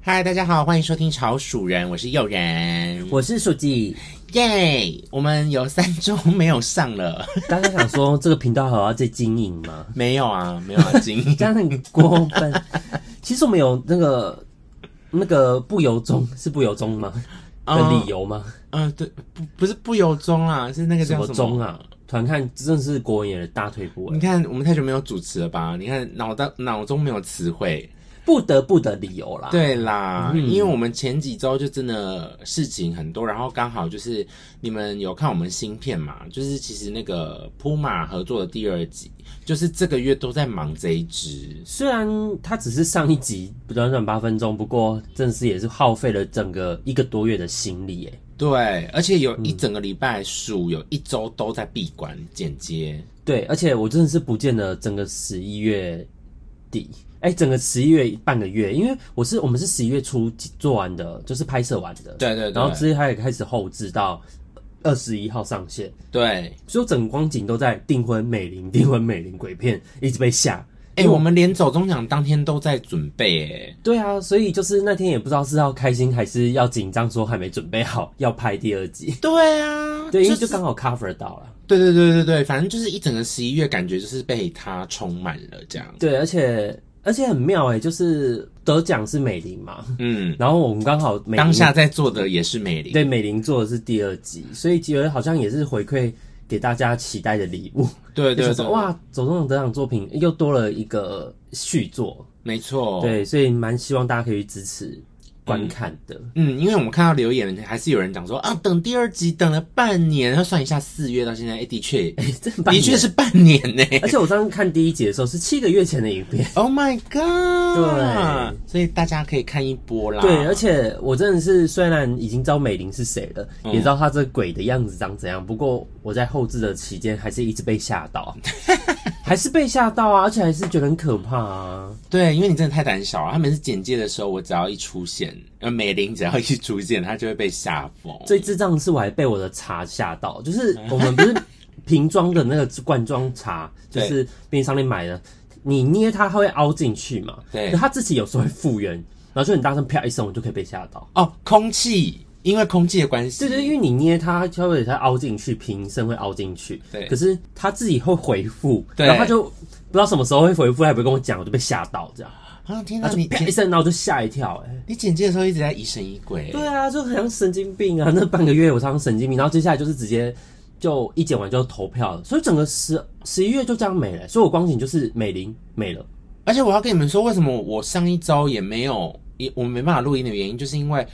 嗨，大家好，欢迎收听《潮鼠人》，我是诱人，我是书记。耶我们有三周没有上了， 刚刚想说这个频道还要再经营吗？ 没有啊，没有啊，金这 样很过分。 其实我们有那个那个不由衷是不由衷吗？哦的理由吗？嗯、对，不不是不由衷啦，是那个叫什什么么衷啊？团看真的是国文也的大退步、你欸，看我们太久没有主持了吧？你看脑袋脑中没有词汇，不得不的理由啦。，对啦，嗯因为我们前几周就真的事情很多，然后刚好就是你们有看我们新片嘛，就是其实那个铺马合作的第二集，就是这个月都在忙这一支，虽然它只是上一集短短八分钟，不过真的是也是耗费了整个一个多月的心力、欸，对，而且有一嗯整个礼拜数有一周都在闭馆剪接，对，而且我真的是不见了整个十一月底，哎、整个十一月半个月，因为我是我们是十一月初做完的，就是拍摄完的，对对对，然后直接还开始后置到二十一号上线，对，所以我整个光景都在订婚美玲、订婚美玲鬼片一直被吓。哎、我们连走中奖当天都在准备、哎，对啊，所以就是那天也不知道是要开心还是要紧张，说还没准备好要拍第二集。对啊，对，因就为是就刚好 cover 到了。对对对对对，反正就是一整个十一月，感觉就是被它充满了这样，对，而且而且很妙哎、就是得奖是美玲嘛，嗯。然后我们刚好美玲当下在做的也是美玲，对，美玲做的是第二集，所以觉得好像也是回馈给大家期待的礼物。 对对就对，说，哇，走中得奖作品又多了一个续作，没错，，对，所以蛮希望大家可以支持观看的。嗯，因为我们看到留言，还是有人讲说啊，等第二集等了半年，要算一下四月到现在，哎，的确， 哎、真的的确是半年呢、而且我刚刚看第一集的时候是七个月前的影 片， Oh my god！对，所以大家可以看一波啦。对，而且我真的是虽然已经知道美玲是谁了，嗯也知道她这鬼的样子长怎样，不过我在后置的期间还是一直被吓 到，啊还是被吓到啊，而且还是觉得很可怕啊。对，因为你真的太胆小了。他每次简介的时候，我只要一出现，呃，美玲只要一出现，她就会被吓疯。最智障的是我还被我的茶吓到，就是我们不 是瓶装的那个罐装茶，就对是便利商店买的，你捏它它会凹进去嘛，对可它自己有时候会复原，然后就很大声啪一声，我就可以被吓到。哦，空气，因为空气的关系，对对，因为你捏它，它会它凹进去，瓶身会凹进去。对可是它自己会回复，对然后它就不知道什么时候会回复，它也不会跟我讲，我就被吓到这样，啊，天哪，然后你就啪一声，然后我就吓一跳、哎，你简介的时候一直在疑神疑鬼。对啊，就很像神经病啊！那 半个月我常常神经病，然后接下来就是直接就一剪完就投票了，所以整个十十一月就这样没了、所以我光景就是美玲没了。而且我要跟你们说，为什么我上一周也没有，也我们没办法录音的原因，就是因为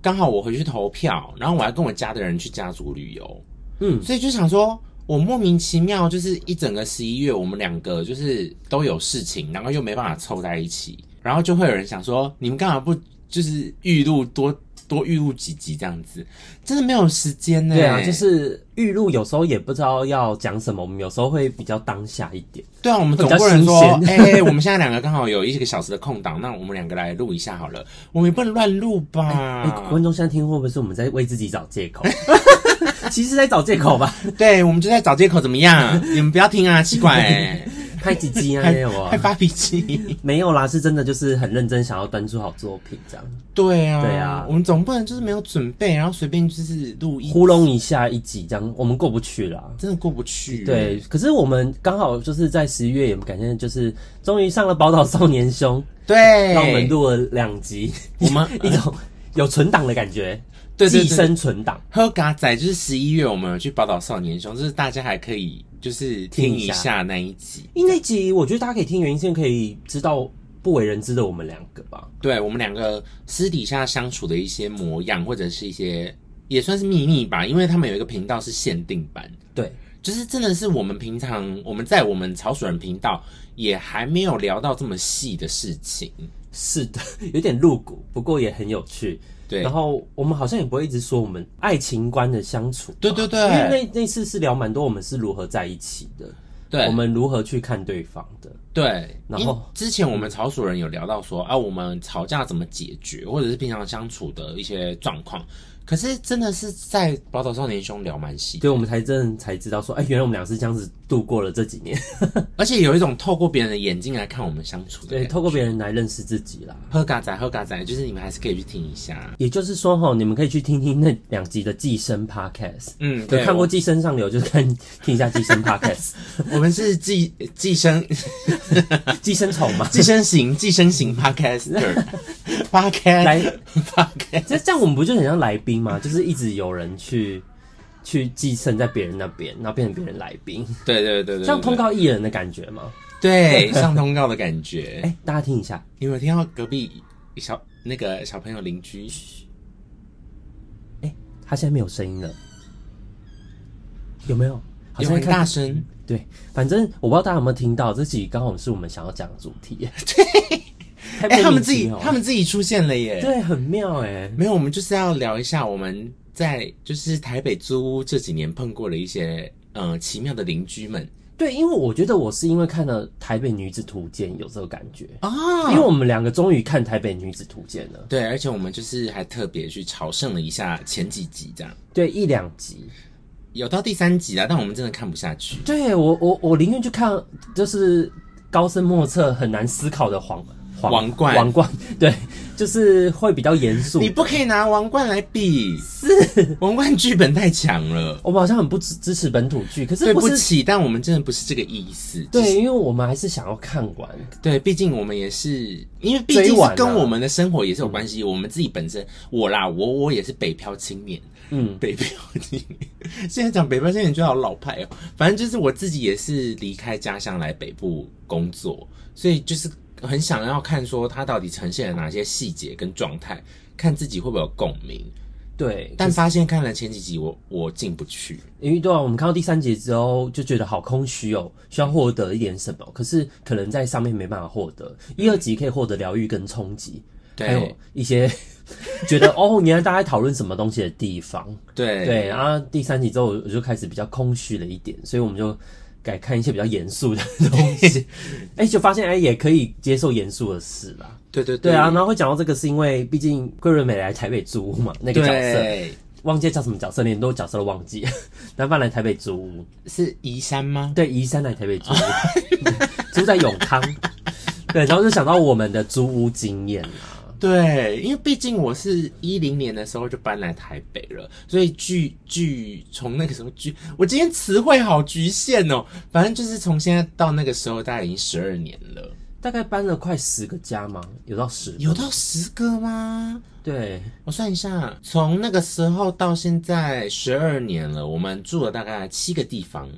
刚好我回去投票，然后我要跟我家的人去家族旅游，嗯，所以就想说，我莫名其妙就是一整个十一月，我们两个就是都有事情，然后又没办法凑在一起，然后就会有人想说，你们干嘛不就是预录多多预录几集这样子？真的没有时间呢、对啊，就是预录有时候也不知道要讲什么，我们有时候会比较当下一点。对啊，我们总比较不能说，新哎、我们现在两个刚好有一个小时的空档，那我们两个来录一下好了。我们也不能乱录吧？哎、观众现在听会不会是我们在为自己找借 口？其实在找借口 吧，对，我们就在找借口，怎么样？你们不要听啊，奇怪、 欸，拍几集啊，还没有还啊，发脾气。没有啦，是真的就是很认真想要端出好作品这样，对啊，对啊我们总不能就是没有准备，然后随便就是录一，糊弄一下一集这样，我们过不去啦。真的过不去。对，可是我们刚好就是在十一月，也感谢就是终于上了《宝岛少年兄对，》，让我们录了 两集，我 们一种有存档的感觉，对对对寄生存档。喝嘎仔就是十一月我们有去宝岛少年兄，就是大家还可以就是听一下那一集。因为那集我觉得大家可以听原因，先可以知道不为人知的我们两个吧。对我们两个私底下相处的一些模样，或者是一些也算是秘密吧，因为他们有一个频道是限定版，对，就是真的是我们平常我们在我们潮水人频道也还没有聊到这么细的事情。是的， 有点露骨，不过也很有趣。对然后我们好像也不会一直说我们爱情观的相处吧，对对对因为那那次是聊蛮多我们是如何在一起的，对我们如何去看对方的。对，嗯然后因为之前我们潮水人有聊到说啊，我们吵架怎么解决，或者是平常相处的一些状况。可是真的是在《宝岛少年兄》聊蛮细，对，我们才真的才知道说，哎、原来我们俩是这样子度过了这几年，而且有一种透过别人的眼睛来看我们相处的对，感觉。透过别人来认识自己啦。喝嘎仔，喝嘎仔，就是你们还是可以去听一下。也就是说，哈，你们可以去听听那两集的《寄生 Podcast》。嗯，有对，看过《我寄生上流》，就看听一下《寄生 Podcast 我们是寄寄 生》。《寄生虫》嘛寄生型寄生型 podcaster podcast 来 podcast，这这样我们不就很像来宾吗？就是一直有人去去寄生在别人那边，然后变成别人来宾，对对对对对，像通告艺人的感觉吗？ 对上通告的感觉。哎、大家听一下，你有没有听到隔壁小那个小朋友邻居？他现在没有声音了，有没有？好有像很看大声，对，反正我不知道大家有没有听到，这集刚好是我们想要讲的主 题。对，哎、他们自己他们自己出现了耶。对很妙哎、没有，我们就是要聊一下我们在就是台北租屋这几年碰过的一些嗯、呃奇妙的邻居们对，因为我觉得我是因为看了《台北女子图鉴》有这个感觉，啊因为我们两个终于看《台北女子图鉴》了，对，而且我们就是还特别去朝圣了一下前几集，这样对，一两集。有到第三集啦，但我们真的看不下去。对我我我宁愿去看就是高深莫测、很难思考的皇皇王冠王冠， 对，就是会比较严肃。你不可以拿王冠来比，是 王冠剧本太强了。 我们好像很不支支持本土剧，可是对不不是起，但我们真的不是这个意思。对，因为我们还是想要看完。对，毕竟我们也是，因为毕追竟完是啊跟我们的生活也是有关系。我们自己本身，我啦，我我也是北漂青年，嗯，北漂青年。 现在讲北漂青年就好老派哦。反正就是我自己也是离开家乡来北部工作，所以就是很想要看说它到底呈现了哪些细节跟状态，看自己会不会有共鸣。对，但发现看了前几集我，我进不去。因为对啊，我们看到第三节之后就觉得好空虚哦，需要获得一点什么，可是可能在上面没办法获得。一、二集可以获得疗愈跟冲击，还有对一些觉 得哦，原来大家讨论什么东西的地方。对对，然后第三集之后我就开始比较空虚了一点，所以我们就改看一些比较严肃的东 西。哎、就发现哎、也可以接受严肃的事啦。对对对啊，然后会讲到这个是因为毕竟桂纶镁来台北租屋嘛，那个角色对忘记叫什么角色，连都角色都忘记。 男方来台北租屋，是移山吗？对，宜山来台北租屋， 租在永康。对，然后就想到我们的租屋经验啊，对，因为毕竟我是一零年的时候就搬来台北了，所以距距从那个时候距，我今天词汇好局限哦。反正就是从现在到那个时候，大概已经十二年了，大概搬了快十个家吗？有到十？有到十个吗？对，我算一下，从那个时候到现在十二年了，我们住了大概七个地方。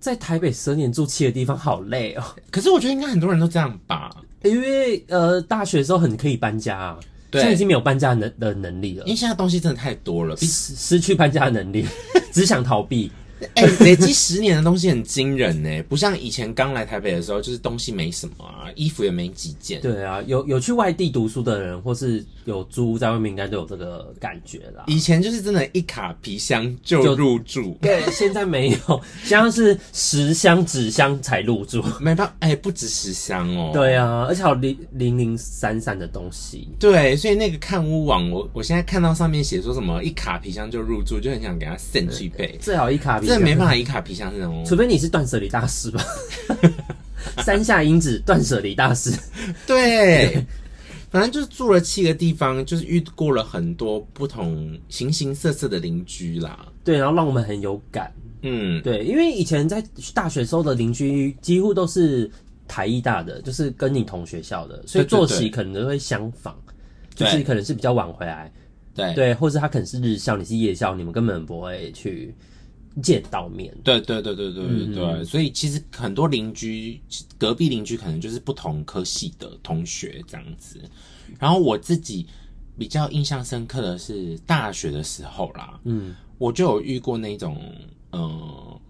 在台北十年住七个地方，好累哦。 可是我觉得应该很多人都这样吧？因为呃，大学的时候很可以搬家啊，对现在已经没有搬家的能的能力了因，为现在东西真的太多了，毕失失去搬家的能力， 只想逃避。 哎、累积十年的东西很惊人呢、不像以前刚来台北的时候，就是东西没什么啊，衣服也没几件。对啊，有有去外地读书的人，或是有租屋在外面，应该都有这个感觉啦。以前就是真的，一卡皮箱就入住，对，现在没有，现在是十箱纸箱才入住。没办法，哎、不止十箱哦。对啊，而且还有零零零散散的东西。对，所以那个看屋网，我我现在看到上面写说什么一卡皮箱就入住，就很想给他扇去背。最好一卡比真的没办法，法，一卡皮箱那 种。除非你是断舍离大师吧。 山下英子断舍离大师，对，反正就是住了七个地方，就是遇过了很多不同形形色色的邻居啦。对，然后让我们很有感。嗯，对，因为以前在大学时候的邻居几乎都是台艺大的，就是跟你同学校的，所以对对作对息可能都会相仿，就对是可能是比较晚回来，对，对，或者他可能是日校，你是夜校，你们根本不会去见到面。对对对对对嗯对对，所以其实很多邻居，隔壁邻居可能就是不同科系的同学这样子。然后我自己比较印象深刻的是大学的时候啦，嗯，我就有遇过那种呃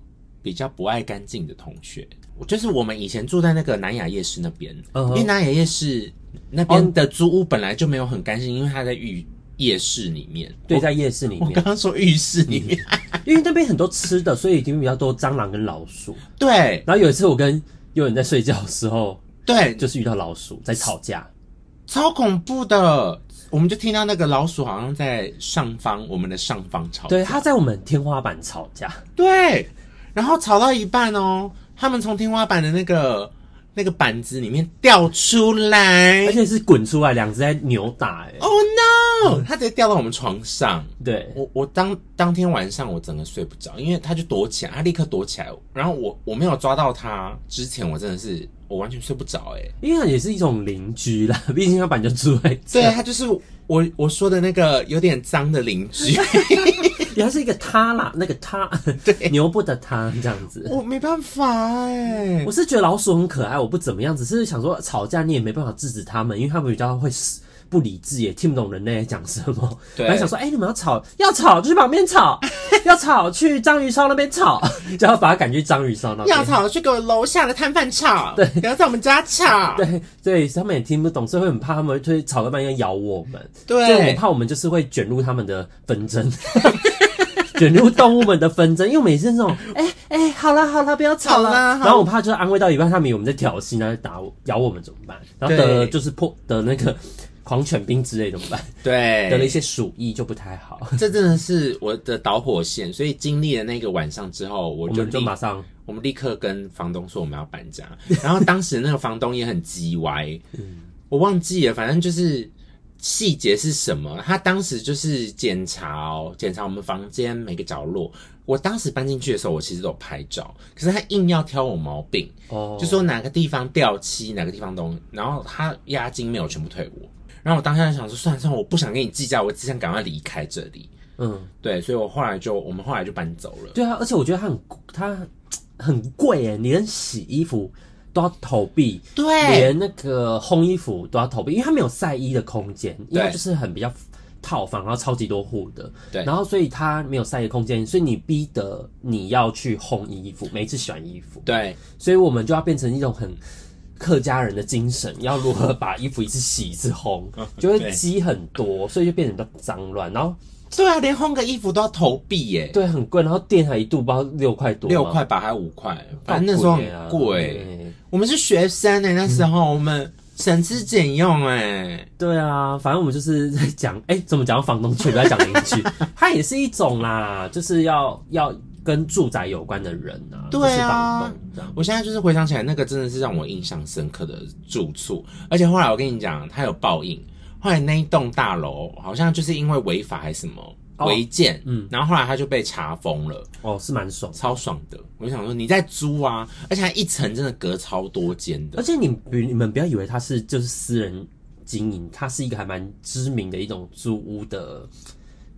比较不爱干净的同学，就是我们以前住在那个南雅夜市那边，嗯哼哦因为南雅夜市那边的租屋本来就没有很干净，因为它在浴夜市里面。对，在嗯夜市里我刚面，刚说浴室里面，因为那边很多吃的，所以一定比较多蟑螂跟老鼠。 对然后有一次我跟悠人在睡觉的时候，对，就是遇到老鼠在吵架，超恐怖的！我们就听到那个老鼠好像在上方，我们的上方吵。对，他在我们天花板吵架，对，然后吵到一半哦，他们从天花板的那个那个板子里面掉出来而且是滚出来，两只在扭打、欸，哎， ，Oh no！它直接掉到我们床上。对，我我当当天晚上我整个睡不着，因为它就躲起来，它立刻躲起来。然后我我没有抓到它之前，我真的是我完全睡不着哎、欸因为它也是一种邻居啦，毕竟他本来就住在这，对，它就是啊我我说的那个有点脏的邻居，也是一个他啦，那个他，对， 牛不的他这样子。 我没办法哎、 我是觉得老鼠很可爱，我不怎么样，只是想说吵架你也没办法制止他们，因为他们比较会不理智，也听不懂人类在讲什么。对然后想说，哎、你们要吵，要吵就去旁边吵，要吵去章鱼烧那边吵， 就要把它赶去章鱼烧那边要。吵去给我楼下的摊贩吵，对，不要在我们家吵，对对，他们也听不懂，所以会很怕他们会吵到半夜咬我们。对所以我怕我们就是会卷入他们的纷争。 卷入动物们的纷争，因为我们也是那种，哎、哎、好了好了，不要吵了。好啦好啦然后我怕就是安慰到一半，他们以为我们在挑衅，然后就打我咬我们怎么办？然后得了对就是破得那个狂犬病之类怎么办？对得了一些鼠疫就不太好。这真的是我的导火线，所以经历了那个晚上之后，我我就们就立马上我们立刻跟房东说我们要搬家，然后当时那个房东也很叽歪，嗯我忘记了，反正就是细节是什么，他当时就是检查哦，检查我们房间每个角落。我当时搬进去的时候，我其实都有拍照，可是他硬要挑我毛病，哦，就说哪个地方掉漆，哪个地方东，然后他押金没有全部退我，然后我当下就想说，算了算了，我不想跟你计较，我只想赶快离开这里。嗯，对，所以我后来就我们后来就搬走了。对啊，而且我觉得它很它很贵耶，你连洗衣服都要投币，对连那个烘衣服都要投币，因为它没有晒衣的空间，因为它对就是很比较套房，然后超级多户的，对然后所以它没有晒衣空间，所以你逼得你要去烘衣服，每一次洗完衣服，对所以我们就要变成一种很。客家人的精神要如何把衣服一次洗一次烘，就 会对积很多，所以就变得比较脏乱，然后对啊，连烘个衣服都要投币耶，对很贵，然后电还一度包六块多嘛，六块吧还五块，好反正那时候贵啊很贵。对我们是学生哎、那时候我们省吃俭用哎、对啊，反正我们就是 在讲，哎、怎么讲到房东去，不要讲邻 居，它也是一种啦，就是要要跟住宅有关的人啊，对啊就是房东这样，我现在就是回想起来，那个真的是让我印象深刻的住处，而且后来我跟你讲，它有报应。后来那一栋大楼好像就是因为违法还是什么哦违建，嗯嗯，然后后来他就被查封了，哦，是蛮爽。超爽的。我就想说你在租啊，而且它一层真的隔超多间而的，且你比你们不要以为它是就是私人经营，它是一个还蛮知名的一种租屋的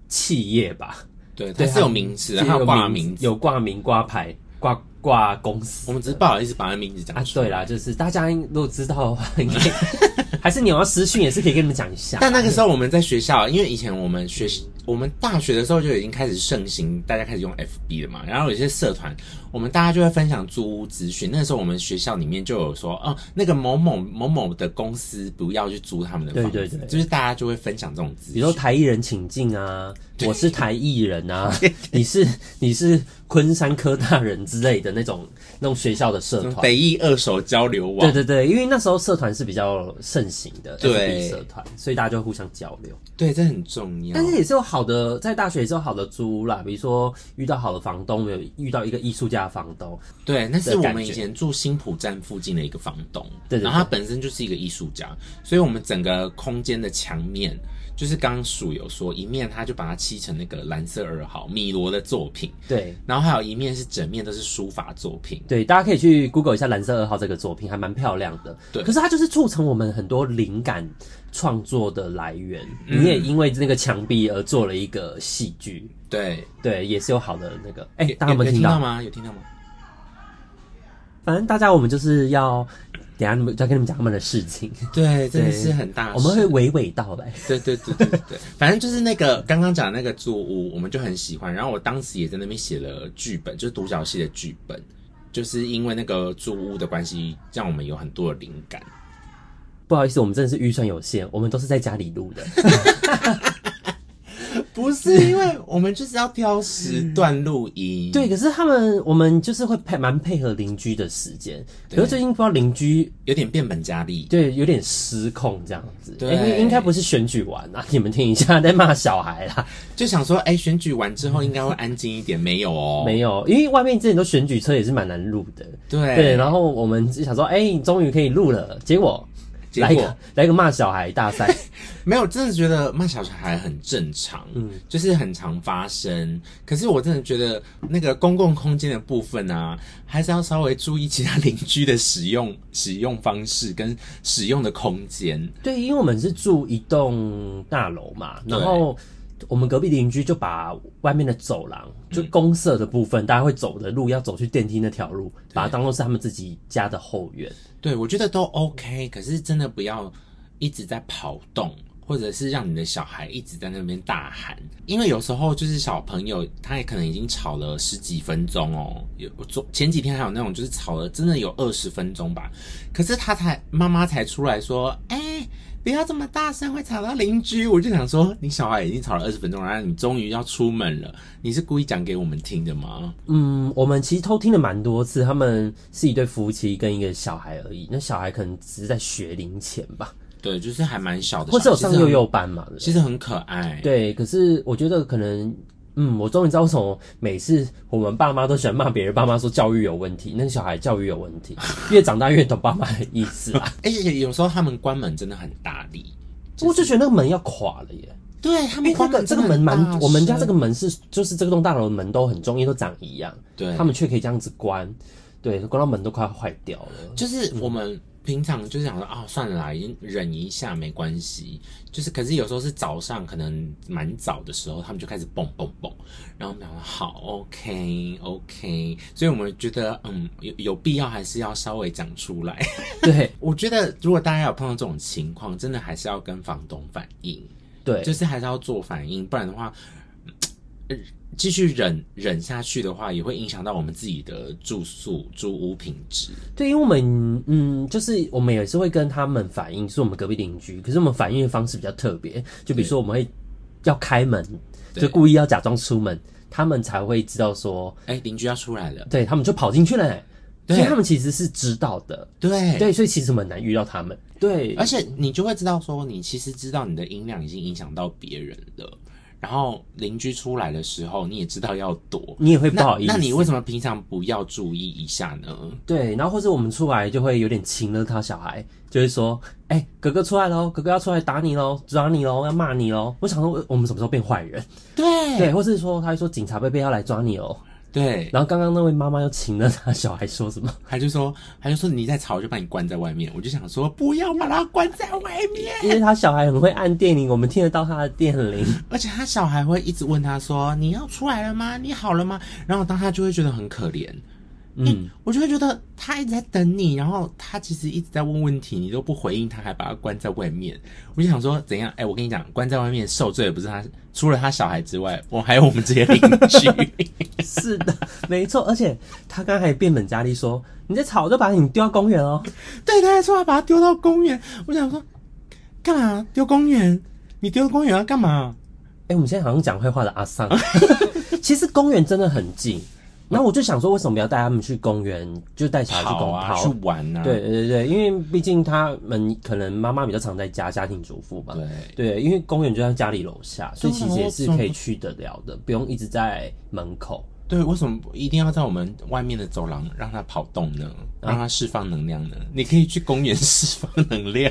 企业吧，对，它对是有名字的，就它有挂名名字。有挂名、挂牌、挂挂公司我们只是不好意思把它名字讲啊。出来。对啦，就是大家如果知道的话，应该 还是你有要私讯也是可以跟你们讲一下。但那个时候我们在学校，因为以前我们学我们大学的时候就已经开始盛行，大家开始用 FB 了嘛。然后有些社团，我们大家就会分享租屋资讯。那时候我们学校里面就有说，哦、那个某某某某的公司不要去租他们的对房子，对对就是大家就会分享这种资比讯如。说台艺人请进啊，我是台艺人啊， 你是你是昆山科大人之类的那种那种学校的社团。北艺二手交流网对，对对，因为那时候社团是比较盛行的，对 FB 社团，所以大家就互相交流。对这很重要但。是也是有好的，在大学也是有好的租屋啦，比如说遇到好的房东，有遇到一个艺术家的房东，对，那是的我感们以觉前住新浦站附近的一个房东，对对对然后他本身就是一个艺术家，所以我们整个空间的墙面，就是刚刚鼠有说，一面他就把它漆成那个蓝色二号米罗的作品，对。然后还有一面是整面都是书法作品，对，大家可以去 Google 一下《蓝色二号》这个作品，还蛮漂亮的。对可是它就是促成我们很多灵感创作的来源。你嗯也因为那个墙壁而做了一个戏剧，对，对，也是有好的那个。哎、有大家有没有有听听到？吗？有听到吗？反正大家我们就是要等一下你们再跟你们讲他们的事情，对，真的啊是很大事，我们会娓娓道来。对对对对对对，反正就是那个刚刚讲的那个住屋，我们就很喜欢。然后我当时也在那边写了剧本，就是独角戏的剧本，就是因为那个住屋的关系，让我们有很多的灵感。 不好意思，我们真的是预算有限，我们都是在家里录的。不是因为我们就是要挑时段录音，对，，可是他们我们就是会配蛮配合邻居的时间，可是最近不知道邻居有点变本加厉。对有点失控这样子，对诶应该不是选举完啊， 你们听一下在骂小孩啦，就想说，哎、选举完之后应该会安静一点，没有哦，没有，因为外面之前都选举车也是蛮难录的，对对，然后我们就想说，哎、终于可以录了，结果结来一果个来一个骂小孩大赛， 没有，真的觉得骂小孩很正常，嗯，就是很常发生。可是我真的觉得那个公共空间的部分啊，还是要稍微注意其他邻居的使用使用方式跟使用的空间。对，因为我们是住一栋大楼嘛，对然后我们隔壁邻居就把外面的走廊，就嗯公社的部分，大家会走的路，要走去电梯那条路，把它当做是他们自己家的后院。对我觉得都 OK，可是真的不要一直在跑动。或者是让你的小孩一直在那边大喊，因为有时候就是小朋友，他也可能已经吵了十几分钟哦。有我昨前几天还有那种就是吵了真的有二十分钟吧，可是他才妈妈才出来说：“哎、不要这么大声，会吵到邻居。”我就想说，你小孩已经吵了二十分钟，然后你终于要出门了，你是故意讲给我们听的吗？嗯，我们其实偷听了蛮多次，他们是一对夫妻跟一个小孩而已，那小孩可能只是在学龄前吧，对，就是还蛮小的小或孩，者有上其实幼很幼班嘛。对不对其实很可爱。对，可是我觉得可能，嗯，我终于知道为什么每次我们爸妈都喜欢骂别人爸妈说教育有问题，那个小孩教育有问 题，越长大越懂爸妈的意思啊啦。而且哎有时候他们关门真的很大力，我就觉得那个门要垮了耶，对他因为那个这个门蛮，我们家这个个门是就是这栋大楼的门都很重，因为都长一样，对他，们却可以这样子关，对，关到门都快要坏掉了。 就是我们平常就是想说啊、算了啦，已经忍一下没关系。就是可是有时候是早上可能蛮早的时候，他们就开始蹦蹦蹦，然后我们想说好 OK OK，所以我们觉得嗯有有必要还是要稍微讲出来。 对我觉得如果大家有碰到这种情况，真的还是要跟房东反映。对，就是还是要做反应，不然的话，呃继续忍忍下去的话，也会影响到我们自己的住宿住屋品质。对，因为我们嗯，就是我们也是会跟他们反映，是我们隔壁邻居，可是我们反应的方式比较特别，就比如说我们会要开门，对就故意要假装出门，他们才会知道说，哎、邻居要出来了，对他们就跑进去了、欸，对所以他们其实是知道的，对，对，所以其实我们很难遇到他们，对，而且你就会知道说，你其实知道你的音量已经影响到别人了。然后邻居出来的时候，你也知道要躲，你也会不好意思那。那你为什么平常不要注意一下呢？对，然后或者我们出来就会有点亲了他小孩，就会说，哎、哥哥出来喽，哥哥要出来打你喽，抓你喽，要骂你喽。我想说，我我们什么时候变坏人？对对，或是说，他会说警察贝贝要来抓你哦。对，然后刚刚那位妈妈又请了她小孩说什么？ 他就说，他就说你再吵就把你关在外面。我就想说，不要把他关在外面。因为她小孩很会按电铃，我们听得到她的电铃。而且他小孩会一直问他说：“你要出来了吗？你好了吗？”然后当他就会觉得很可怜， 嗯，我就会觉得他一直在等你，然后他其实一直在问问题，你都不回应他，还把他关在外面。我就想说，怎样？哎、我跟你讲，关在外面受罪的不是他，除了他小孩之外，我还有我们这些邻 居。是的，没错。而且她刚才还变本加厉说：“你在吵，我就把你丢到公园哦。对，他还说要把他丢到公园。我想说，干嘛丢公园？你丢公园要干嘛？”哎，我们现在好像讲坏话的阿桑。 其实公园真的很近，然后我就想说，为什么要带他们去公园？就带小孩去公跑园啊，去玩啊。对对对，因为毕竟他们可能妈妈比较常在家，家庭主妇嘛。对对，因为公园就在家里楼下，所以对其啊实也我是怎可以么去得了的，不用一直在门口。对，为什么一定要在我们外面的走廊让它跑动呢？让它释放能量呢？你可以去公园释放能 量。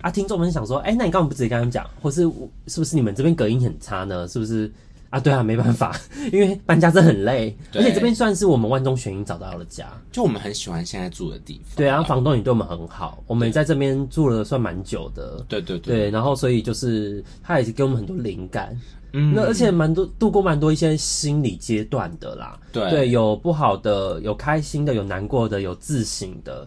啊，听众们想说，哎、那你干嘛不直接跟他们讲，或是我是不是你们这边隔音很差呢？是不是？啊，对啊，没办法， 因为搬家真的很累，对而且这边算是我们万中选一找到的家。就我们很喜欢现在住的地方。对啊，房东也对我们很好，我们也在这边住了算蛮久的。对对对，对，然后所以就是他也是给我们很多灵感，嗯那而且蛮多度过蛮多一些心理阶段的啦。对有不好的，有开心的，有难过的，有自省的。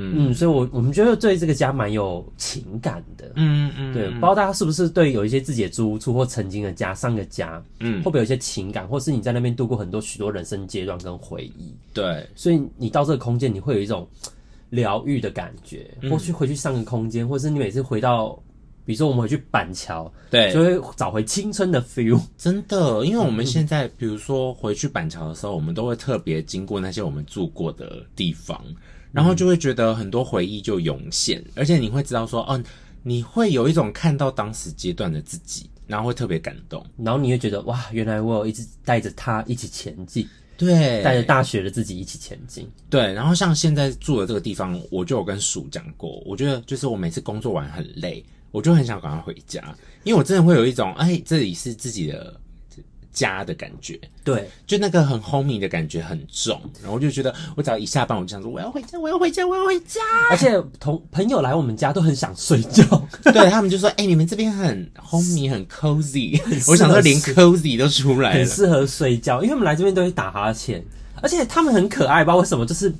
嗯嗯，所以我我们觉得对这个家蛮有情感的。嗯嗯，对，不知道大家是不是对有一些自己的租屋处或曾经的家、上个家，嗯会不会有一些情感，或是你在那边度过很多许多人生阶段跟回忆，对所以你到这个空间，你会嗯有一种嘖疗愈的感觉，或去回去上个空间，或是你每次回到比如说我们回去板桥，对就，会找回青春的 feel。 真的，因为我们现在比如说回去板桥的时候，我们都会特别经过那些我们住过的地方，然后就会觉得很多回忆就涌现，而且你会知道说，哦，你会有一种看到当时阶段的自己，然后会特别感动。然后你会觉得哇，原来我有一直带着他一起前进，对，带着大学的自己一起前进。对，然后像现在住的这个地方，我就有跟鼠讲过，我觉得就是我每次工作完很累，我就很想赶快回家，因为我真的会有一种哎，这里是自己的家的感觉，对，就那个很 homey 的感觉很重，然后我就觉得我只要一下班，我就想说我要回家，我要回家，我要回家。 而且同朋友来我们家都很想睡觉，对他们就说，哎、你们这边很 homey，很 cozy， 适合我想说连睡 cozy 都出来很了。适合睡觉，因为我们来这边都会打哈欠，而且他们很可爱，不知道为什么，就是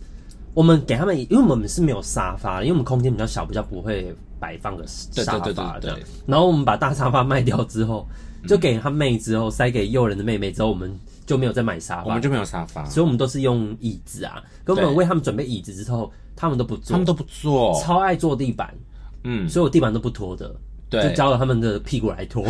我们给他们，因为我们是没有沙发，因为我们空间比较小，比较不会摆放个对沙对对发对的对。，然后我们把大沙发卖掉之后，就给他妹之后，塞给诱人的妹妹之后，我们就没有再买沙我发们，就没有沙发，所以我们都是用椅子啊。跟我们对为他们准备椅子之后，他们都不坐，他们都不坐，超爱坐地板，嗯，所以我地板都不拖的，就对。交了他们的屁股来 拖。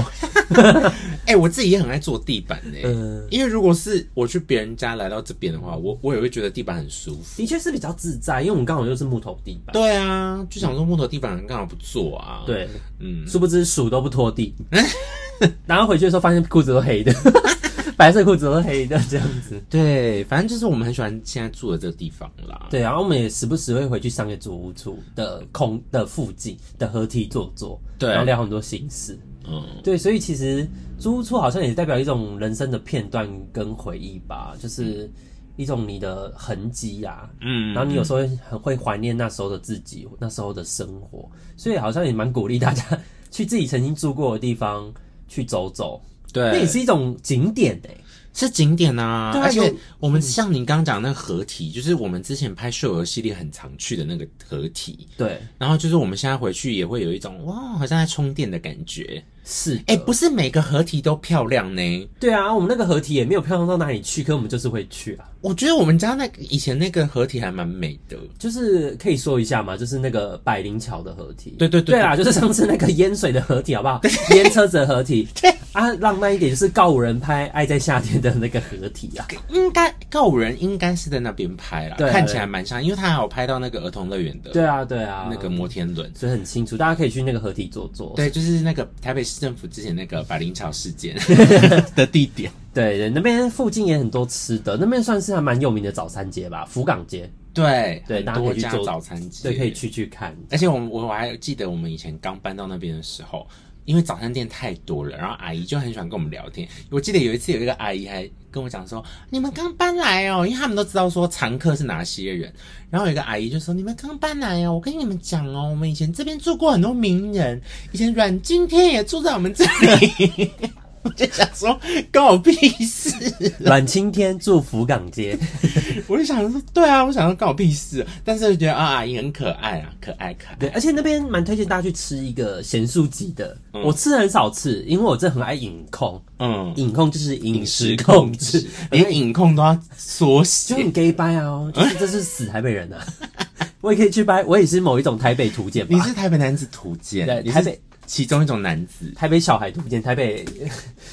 哎、我自己也很爱坐地板 呢、嗯因为如果是我去别人家来到这边的话，我我也会觉得地板很舒服。的确是比较自在，因为我们刚好又是木头地板。对啊，就想说木头地板干嘛不坐啊？，对，嗯，殊不知鼠都不拖 地，然后回去的时候发现裤子都黑的， 白色裤子都黑的这样子。对，反正就是我们很喜欢现在住的这个地方啦。对，然后我们也时不时会回去上个租屋处的空的附近的合体坐坐，对然后聊很多心事。嗯，对，所以其实租屋处好像也代表一种人生的片段跟回忆吧，就是一种你的痕迹呀、嗯然后你有时候会很会怀念那时候的自己，那时候的生活，所以好像也蛮鼓励大家去自己曾经住过的地方去走走，那也对，是一种景点哎、是景点啊，对啊而且有我们像你刚刚讲的那个合体，就是我们之前拍秀儿系列很常去的那个合体，对，然后就是我们现在回去也会有一种哇，好像在充电的感觉。是的，哎、不是每个合体都漂亮呢。对啊，我们那个合体也没有漂亮到哪里去，可我们就是会去啊，我觉得我们家那个以前那个合体还蛮美的，就是可以说一下嘛，就是那个百灵桥的合体，对对对对啊，就是上次那个淹水的合体，好不好？淹车子的合体，啊，浪漫一点就是告五人拍《爱在夏天》的那个合体啊，应该告五人应该是在那边拍啦，对啊看起来蛮像，因为他还有拍到那个儿童乐园的对啊，对啊，那个摩天轮，所以很清楚，大家可以去那个合体坐坐。对，就是那个台北市政府之前那个百灵桥事件的地点，对对，那边附近也很多吃的，那边算是还蛮有名的早餐街吧，福港街，对，对大很家可多以去家做早餐街，对，可以。去去看。而且我们我还记得我们以前刚搬到那边的时候。因为早餐店太多了，然后阿姨就很喜欢跟我们聊天。我记得有一次有一个阿姨还跟我讲说：“你们刚搬来哦，因为他们都知道说常客是哪些人。”然后有一个阿姨就说：“你们刚搬来哦，我跟你们讲哦，我们以前这边住过很多名人，以前阮经天也住在我们这里。” 我就想说关我屁事， 阮青天住福港街，我就想说对啊，我想说关我屁事，但是就觉得啊阿姨很可爱啊，可爱可爱。对，而且那边蛮推荐大家去吃一个咸酥鸡的。我吃的很少吃，因为我真的很爱饮控，嗯，饮控就是饮饮食食控控制制，， 连饮控都要缩就写。很 gay 掰啊、哦，就是嗯这是死台北人啊。 我也可以去掰，我也是某一种台北图鉴你吧，是台北男子图鉴，对你是台北其中一种男子，台北小孩图鉴，台北，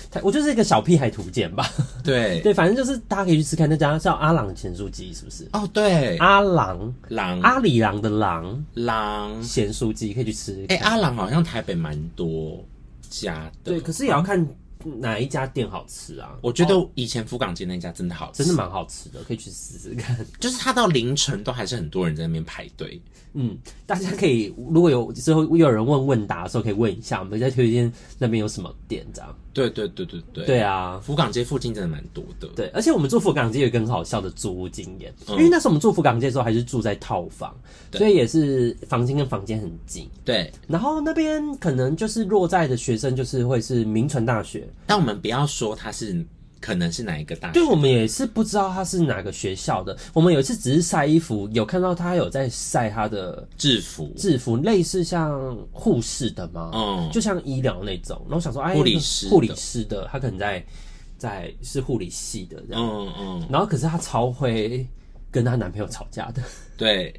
台我就是一个小屁孩图鉴吧。对对，反正就是大家可以去吃看那家叫阿朗咸酥鸡，是不是？哦对，嗯阿郎，狼阿里郎的郎狼，咸酥鸡可以去吃。哎、阿郎好像台北蛮多家的，对，可是也要看哪一家店好吃啊。我觉得以前福港街那家真的好吃，真的蛮好吃的，可以去试试看。就是它到凌晨都还是很多人在那边排队。嗯，大家可以如果有之后又有人问问答的时候，可以问一下，我们再推荐那边有什么店这样。对对对对对，对啊，福港街附近真的蛮多的。对，而且我们住福港街有一个很好笑的租屋经验，因为那时候我们住福港街的时候还是住在套房，嗯对所以也是房间跟房间很近。对，然后那边可能就是落在的学生，就是会是名传大学，但我们不要说它是可能是哪一个大学对，我们也是不知道他是哪个学校的。我们有一次只是晒衣服，有看到他有在晒他的制服，制服，类似像护士的嘛，嗯，就像医疗那种。然后想说，哎，护理那个师护理的师的，他可能在在是护理系的这样。嗯嗯，然后可是他超会跟她男朋友吵架的， 对，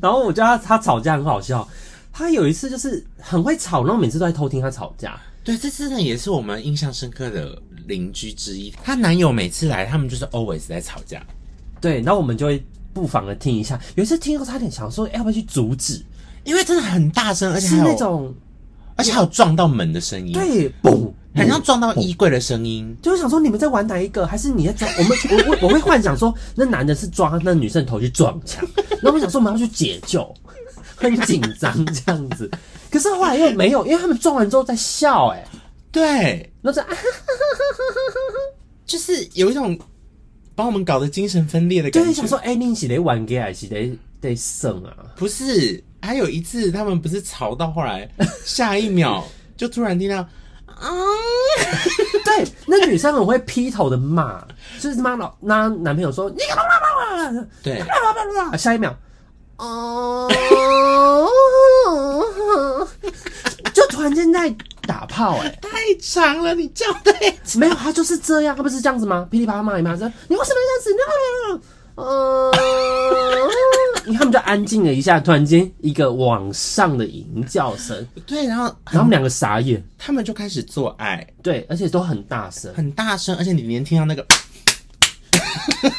然后我觉得他他吵架很好笑。他有一次就是很会吵，然后每次都在偷听他吵架。对，这真的也是我们印象深刻的邻居之一。她男友每次来，他们就是 always 在吵架。对，然后我们就会不妨的听一下。有一次听到差点想说，哎要不要去阻止？因为真的很大声，而且是还有那种而且还有撞到门的声音，，对，嘣，很像撞到衣柜的声音。就是想说你们在玩哪一个？还是你在抓？我们 我我我会幻想说，那男的是抓那女生的头去撞墙， 然后我想说我们要去解救， 很紧张这样子。可是后来又没有，因为他们撞完之后在笑、哎，对，然后在啊，就是有一种把我们搞得精神分裂的感就觉。是想说，哎、你是得玩 gay 还是得得胜啊？ 不是，还有一次他们不是吵到后 来，下一秒就突然听到啊，对，那女生很会劈头的骂，就是妈老那男朋友说你干嘛嘛嘛嘛， 对，叭叭叭叭，下一秒，哦， 就突然间在打炮哎、太长了，你叫对。 没有，他就是这样，他不是这样子吗？噼里啪啦骂一骂，说你为什么这样子？你为什么这样子呃，你看他们就安静了一下，突然间一个往上的吟叫声，对，然后然后他们两个傻眼，他们就开始做爱，对，而且都很大声，很大声，而且你连听到那个，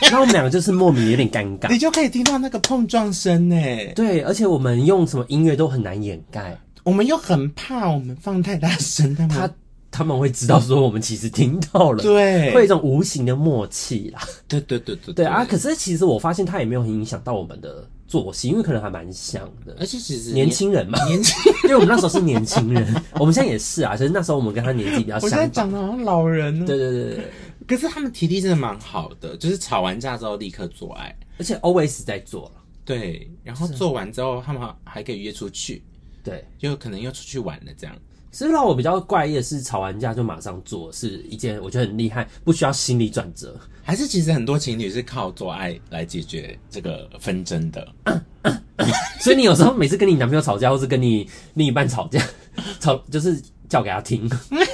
然后我们两个就是莫名有点尴尬， 你就可以听到那个碰撞声呢。对，而且我们用什么音乐都很难掩盖，我们又很怕我们放太大声，他们他他们会知道说我们其实听到了，对会有一种无形的默契啦。对对对对对啊，，可是其实我发现他也没有很影响到我们的作息，因为可能还蛮像的。而且其实年轻人嘛，年轻，因为我们那时候是年轻人，我们现在也是啊，只是那时候我们跟他年纪比较我现在相长仿。得好像老人哦。对对对对对，可是他们体力真的蛮好的，就是吵完架之后立刻做爱。而且 always 在做了，对，然后做完之后，他们还可以约出去，对。就可能又出去玩了这样。所以让我比较怪异的是，吵完架就马上做，是一件我觉得很厉害，不需要心理转折。还是其实很多情侣是靠做爱来解决这个纷争的。所以你有时候每次跟你男朋友吵架，或是跟你另一半吵架，吵就是叫给他听，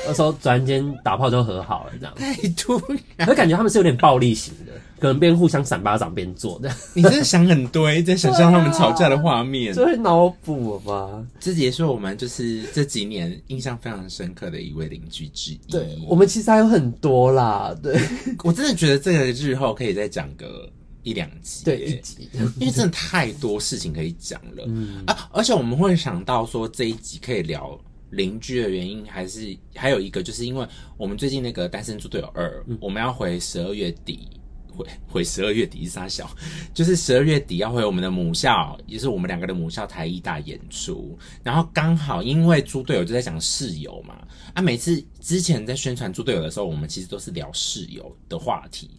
有时候突然间打炮就和好了这样。太突然，我感觉他们是有点暴力型的，可能边互相闪巴掌边做的，你真的想很多，一直在想象他们吵架的画面。 就会脑补吧。这也是我们就是这几年印象非常深刻的一位邻居之一。对，我们其实还有很多啦，对我真的觉得这个日后可以再讲个一两集。对，一集因为真的太多事情可以讲了，嗯啊，而且我们会想到说这一集可以聊邻居的原因，还是还有一个就是因为我们最近那个《单身猪队友二》，嗯我们要回十二月底。回回十二月底是啥小，就是十二月底要回我们的母校，也是我们两个的母校台艺大演出。然后刚好因为猪队友就在讲室友嘛，啊，每次之前在宣传猪队友的时候，我们其实都是聊室友的话题。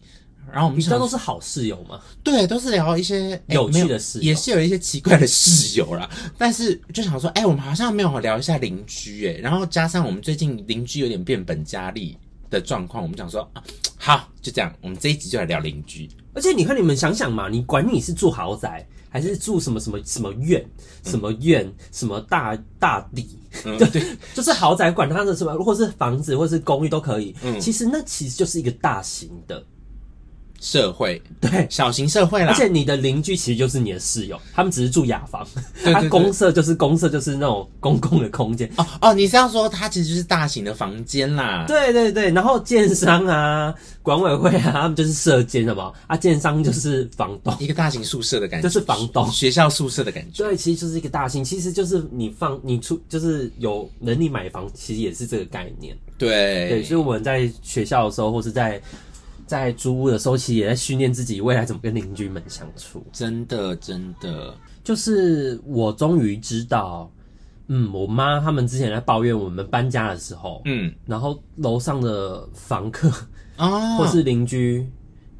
然后我们你就知道想都是好室友吗？对，都是聊一些、哎有趣的没室友也是有一些奇怪的室友啦。 但是就想说，哎、我们好像没有聊一下邻居、哎，然后加上我们最近邻居有点变本加厉的状况，我们想说，啊好，就这样，我们这一集就来聊邻居。 而且你看，你们想想嘛，你管你是住豪宅，还是住什么什么什么院、什么院、什么大大地，嗯，对对，就是豪宅，管它的什么，或是房子，或是公寓都可以。嗯其实那其实就是一个大型的，社会，对。小型社会啦而，且你的邻居其实就是你的室友，他们只是住雅房，对他对公社就是公社就是那种公共的空间，哦哦，你是要说它其实就是大型的房间啦？对对对，然后建商啊、管委会啊，他们就是社监什么啊，建商就是房东，一个大型宿舍的感觉，就是房东学校宿舍的感觉。对，其实就是一个大型，其实就是你放你出就是有能力买房，其实也是这个概念。对，对，所以我们在学校的时候，或是在在租屋的时候，其实也在训练自己未来怎么跟邻居们相处。真的真的，就是我终于知道，嗯，我妈他们之前在抱怨我们搬家的时候，嗯然后楼上的房客啊，或是邻居，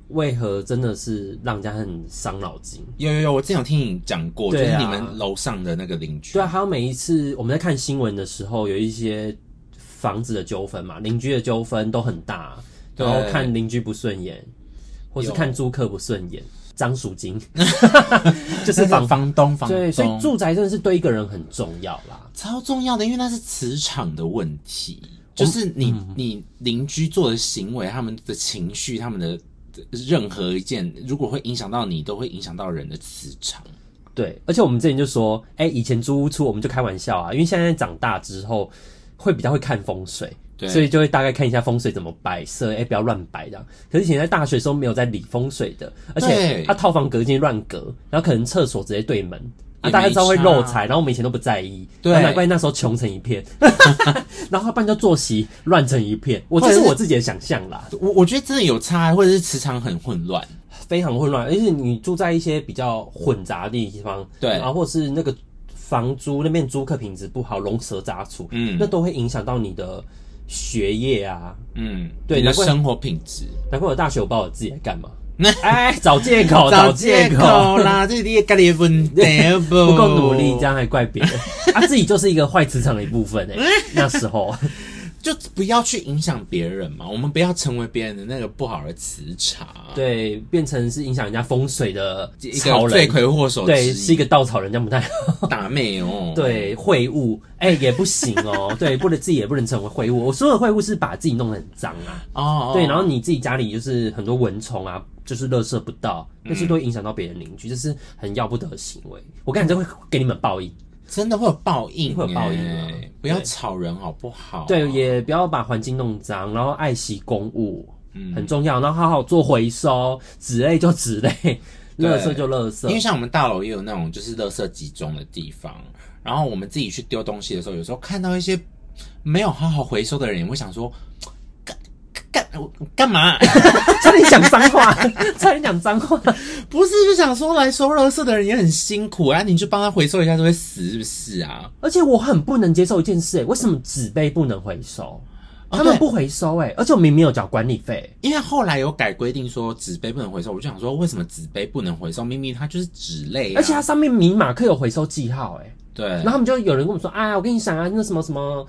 为何真的是让人家很伤脑筋？有有有，我之前有听你讲过，就对是啊你们楼上的那个邻居。对啊，还有每一次我们在看新闻的时候，有一些房子的纠纷嘛，邻居的纠纷都很大，对然后看邻居不顺眼，或是看租客不顺眼，张赎金就是房房房东，房对，所以东住宅真的是对一个人很重要啦。超重要的，因为那是磁场的问题，哦就是你、嗯你邻居做的行为，他们呃的情绪，他们的任何一件，如果会影响到你，都会影响到人的磁场。对，而且我们之前就说，哎、以前租屋处我们就开玩笑啊，因为现在长大之后会比较会看风水，对所以就会大概看一下风水怎么摆设，哎、不要乱摆这样。可是以前在大学的时候没有在理风水的，而且对他套房隔间乱隔，然后可能厕所直接对门。啊，也大家知道会没漏差财，然后我们以前都不在意，对然后难怪那时候穷成一 片，然后他办就坐席乱成一片，我这或是者是我自己的想象啦。我我觉得真的有差，或者是磁场很混乱。非常混乱，而且你住在一些比较混杂的地方，对然后或是那个房租那边租客品质不好，龙蛇杂处，嗯那都会影响到你的学业啊。嗯，对你的难怪生活品质。难怪我大学我不知道我自己在干 嘛，哎， 找借口，借借口啦，这你也咖喱问 题不不够努力，这样还怪别人，啊，自己就是一个坏磁场的一部 分哎、那时候，就不要去影响别人嘛，我们不要成为别人的那个不好的磁场，对，变成是影响人家风水的一超个罪人，魁祸首之对，是一个稻草人，这样不太 好。大妹哦，，对，秽物，哎、也不行 哦。对，不能自己也不能成为秽物。我说的秽物是把自己弄得很脏啊。哦，对，然后你自己家里就是很多蚊虫啊，就是垃圾不到，但是都会影响到别人邻居，这是很要不得的行为。我跟你讲，这会给你们报应。真的会有报应，会有报应啊哎不要对吵人好不好？对，也不要把环境弄脏，然后爱惜公物，嗯很重要。然后好好做回收，纸类就纸 类，垃圾就垃因为圾。像我们大楼也有那种就是垃圾集中的地方，然后我们自己去丢东西的时候，有时候看到一些没有好好回收的人，我想说，干干我干 嘛？差点讲脏话， 差点讲脏话。不是就想说来收垃圾的人也很辛苦啊，你去帮他回收一下就会死是不是啊？而且我很不能接受一件事、欸，为什么纸杯不能回收？哦他们对不回收、欸，而且我明明有缴管理费，因为后来有改规定说纸杯不能回收，我就想说为什么纸杯不能回收？明明它就是纸类、啊，而且它上面明马克有回收记号、欸，对然后他们就有人跟我们说，啊，我跟你讲啊，那什么什么。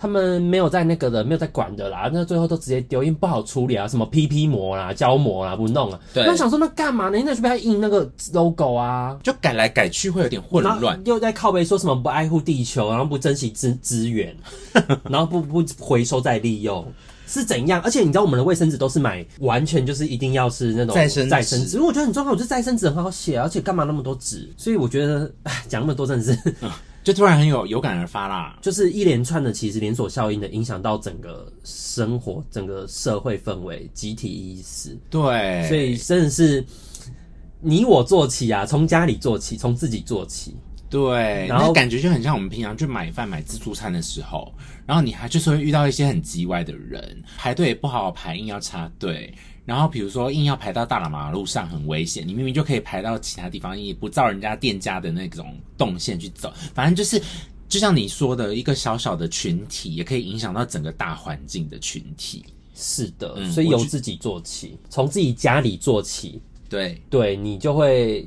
他们没有在那个的，没有在管的啦，那最后都直接丢，因为不好处理啊，什么 PP 膜啦、胶膜啦，不弄啊。对那我想说那干嘛呢？那去被他印那个 logo 啊，就改来改去会有点混然乱后。又在靠背说什么不爱护地球，然后不珍惜资资源， 然后不不回收再利用。是怎样？而且你知道我们的卫生纸都是买，完全就是一定要是那种再生纸再生纸，因为我觉得很重要，我觉得再生纸很好写，啊而且干嘛那么多纸？所以我觉得，唉，讲那么多真的是，就突然很有有感而发啦。就是一连串的其实连锁效应的影响到整个生活、整个社会氛围、集体意识，对，所以真的是你我做起啊，从家里做起，从自己做起。对，然后那感觉就很像我们平常去买饭买自助餐的时候，然后你还就是会遇到一些很叽歪的人，排队也不好好排，硬要插队。然后比如说硬要排到大马路上很危险，你明明就可以排到其他地方，也不照人家店家的那种动线去走，反正就是。就像你说的，一个小小的群体也可以影响到整个大环境的群体。是的，嗯所以我由觉自己做起，从自己家里做起，对，对你就会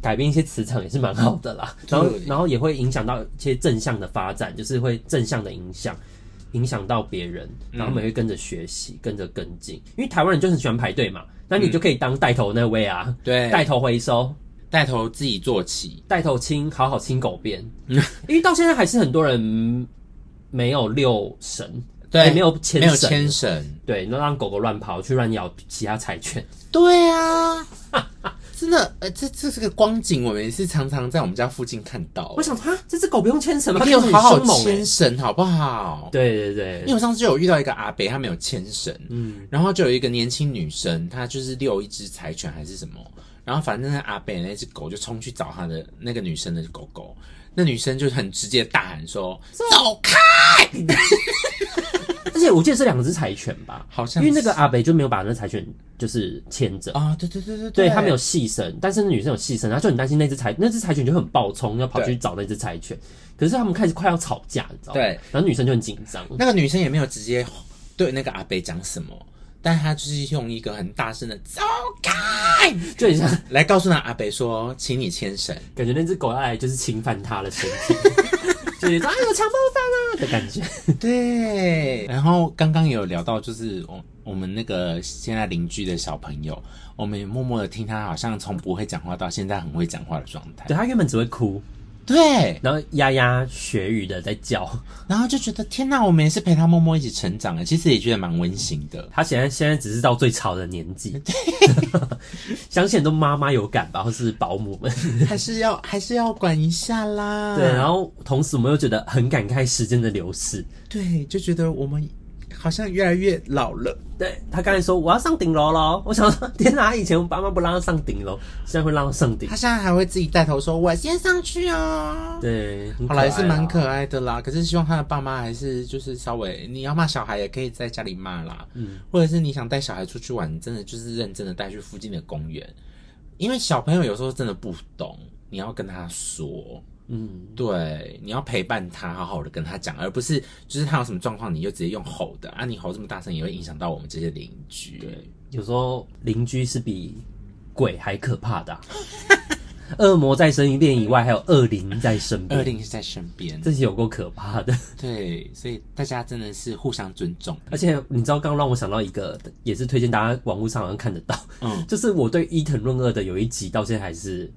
改变一些磁场，也是蛮好的啦。然后，然后也会影响到一些正向的发展，就是会正向的影响，影响到别人，然后我们也会跟着学习，跟着跟进。因为台湾人就很喜欢排队嘛，那你就可以当带头那位啊，对带头回收，带头自己做起，带头清，好好清狗 便。因为到现在还是很多人没有遛绳，对，也没有牵没有绳牵绳，对，那让狗狗乱跑去乱咬其他柴犬。对啊， 真的，呃，这这是个光景，我们也是常常在我们家附近看到我。想说，哈，这只狗不用牵绳吗？你可以它真的好好很凶猛牵欸绳，好不好？欸对对因为对，我上次就有遇到一个阿伯，他没有牵绳，嗯，然后就有一个年轻女生，她就是遛一只柴犬还是什么，然后反正那阿伯那只狗就冲去找他的那个女生的狗狗，那女生就很直接地大喊说：“走开而且我记得是两只柴犬吧！”，好像因是为那个阿北就没有把那柴犬就是牵着，啊、对对对对哦对他没有细绳，但是那女生有细绳，他就很担心那只柴那只柴犬就很暴冲，要跑去对找那只柴犬。可是他们开始快要吵架，你知道吗？对，然后女生就很紧张。 那个女生也没有直接对那个阿伯讲什么，但她就是用一个很大声的“走开”就很像来告诉那阿北说，请你牵 绳。感觉那只狗要来就是侵犯他的身 体，就是说啊有强暴犯啊的感觉。对，然后刚刚也有聊到，就是我我们那个现在邻居的小朋友，我们也默默的听他好像从不会讲话到现在很会讲话的状态。对他原本只会哭，对，然后丫丫学语的在叫。然后就觉得天哪，我们也是陪他默默一起成长的，其实也觉得蛮温馨的。他显然现在只是到最吵的年 纪，想起很多妈妈有感吧，或是保姆们。 还是要还是要管一下啦。对，然后同时我们又觉得很感慨时间的流逝。对，就觉得我们好像越来越老了。对他刚才说我要上顶楼喽，我想说天哪，以前我爸妈不让他上顶楼，现在会让他上顶他。现在还会自己带头说：“我先上去哦。”对，很好啦，也是爱啊蛮可爱的啦。可是希望他的爸妈还是就是稍微，你要骂小孩也可以在家里骂啦，嗯，或者是你想带小孩出去玩，真的就是认真的带去附近的公园，因为小朋友有时候真的不懂，你要跟他说，嗯，对，你要陪伴他，好好的跟他讲，而不是就是他有什么状况你就直接用吼的啊，你吼这么大声也会影响到我们这些邻居，对，有时候邻居是比鬼还可 怕的啊、恶魔在身边以外，还有恶灵在身二边，零是在身边，这是有够可怕的。对，所以大家真的是互相尊重，而且你知道，刚刚让我想到一个，也是推荐大家网络上好像看得到，嗯， 就是我对伊藤润二的有一集到现在还是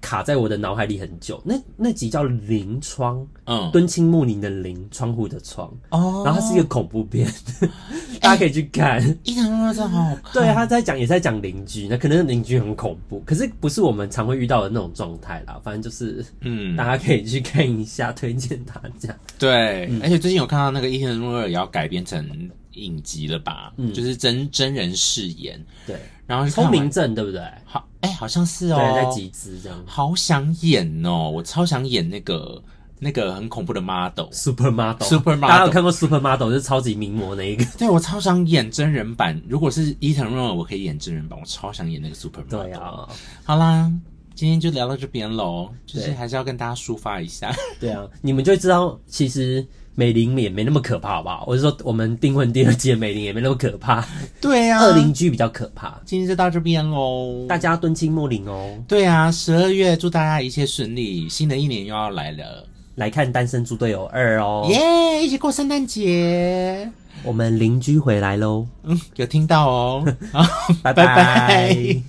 卡在我的脑海里很久。那那集叫《临窗》，嗯，敦亲睦邻的邻，窗户的窗，哦然后它是一个恐怖片， 大家可以去看。伊藤润二真的好好看。对，他在讲也在讲邻居，那可能邻居很恐怖，可是不是我们常会遇到的那种状态啦。反正就是嗯，大家可以去看一下，推荐大家。对，而且最近有看到那个《伊藤润二》也要改编成影集了吧？就是真真人饰演，对，然后就看聪完明症对不对？好，哎、好像是对，哦，在集资这样。好想演哦，我超想演那个那个很恐怖的 model， Supermodel， Supermodel 大家有看过 Supermodel 就是超级名模那一个。对我超想演真人版。如果是伊藤润二，我可以演真人版，我超想演那个 super model。 对啊，好啦。今天就聊到这边喽，就是对还是要跟大家抒发一下。对啊，你们就会知道其实美玲也没那么可怕，好不好？我是说，我们订婚第二季的美玲也没那么可怕，对啊 呀、二邻居比较可怕。今天就到这边喽。大家敦亲睦邻哦，对啊，十二月祝大家一切顺利，新的一年又要来了，来看《单身猪队友二》哦。耶、一起过圣诞节。 我们邻居回来喽，嗯，有听到哦。拜拜拜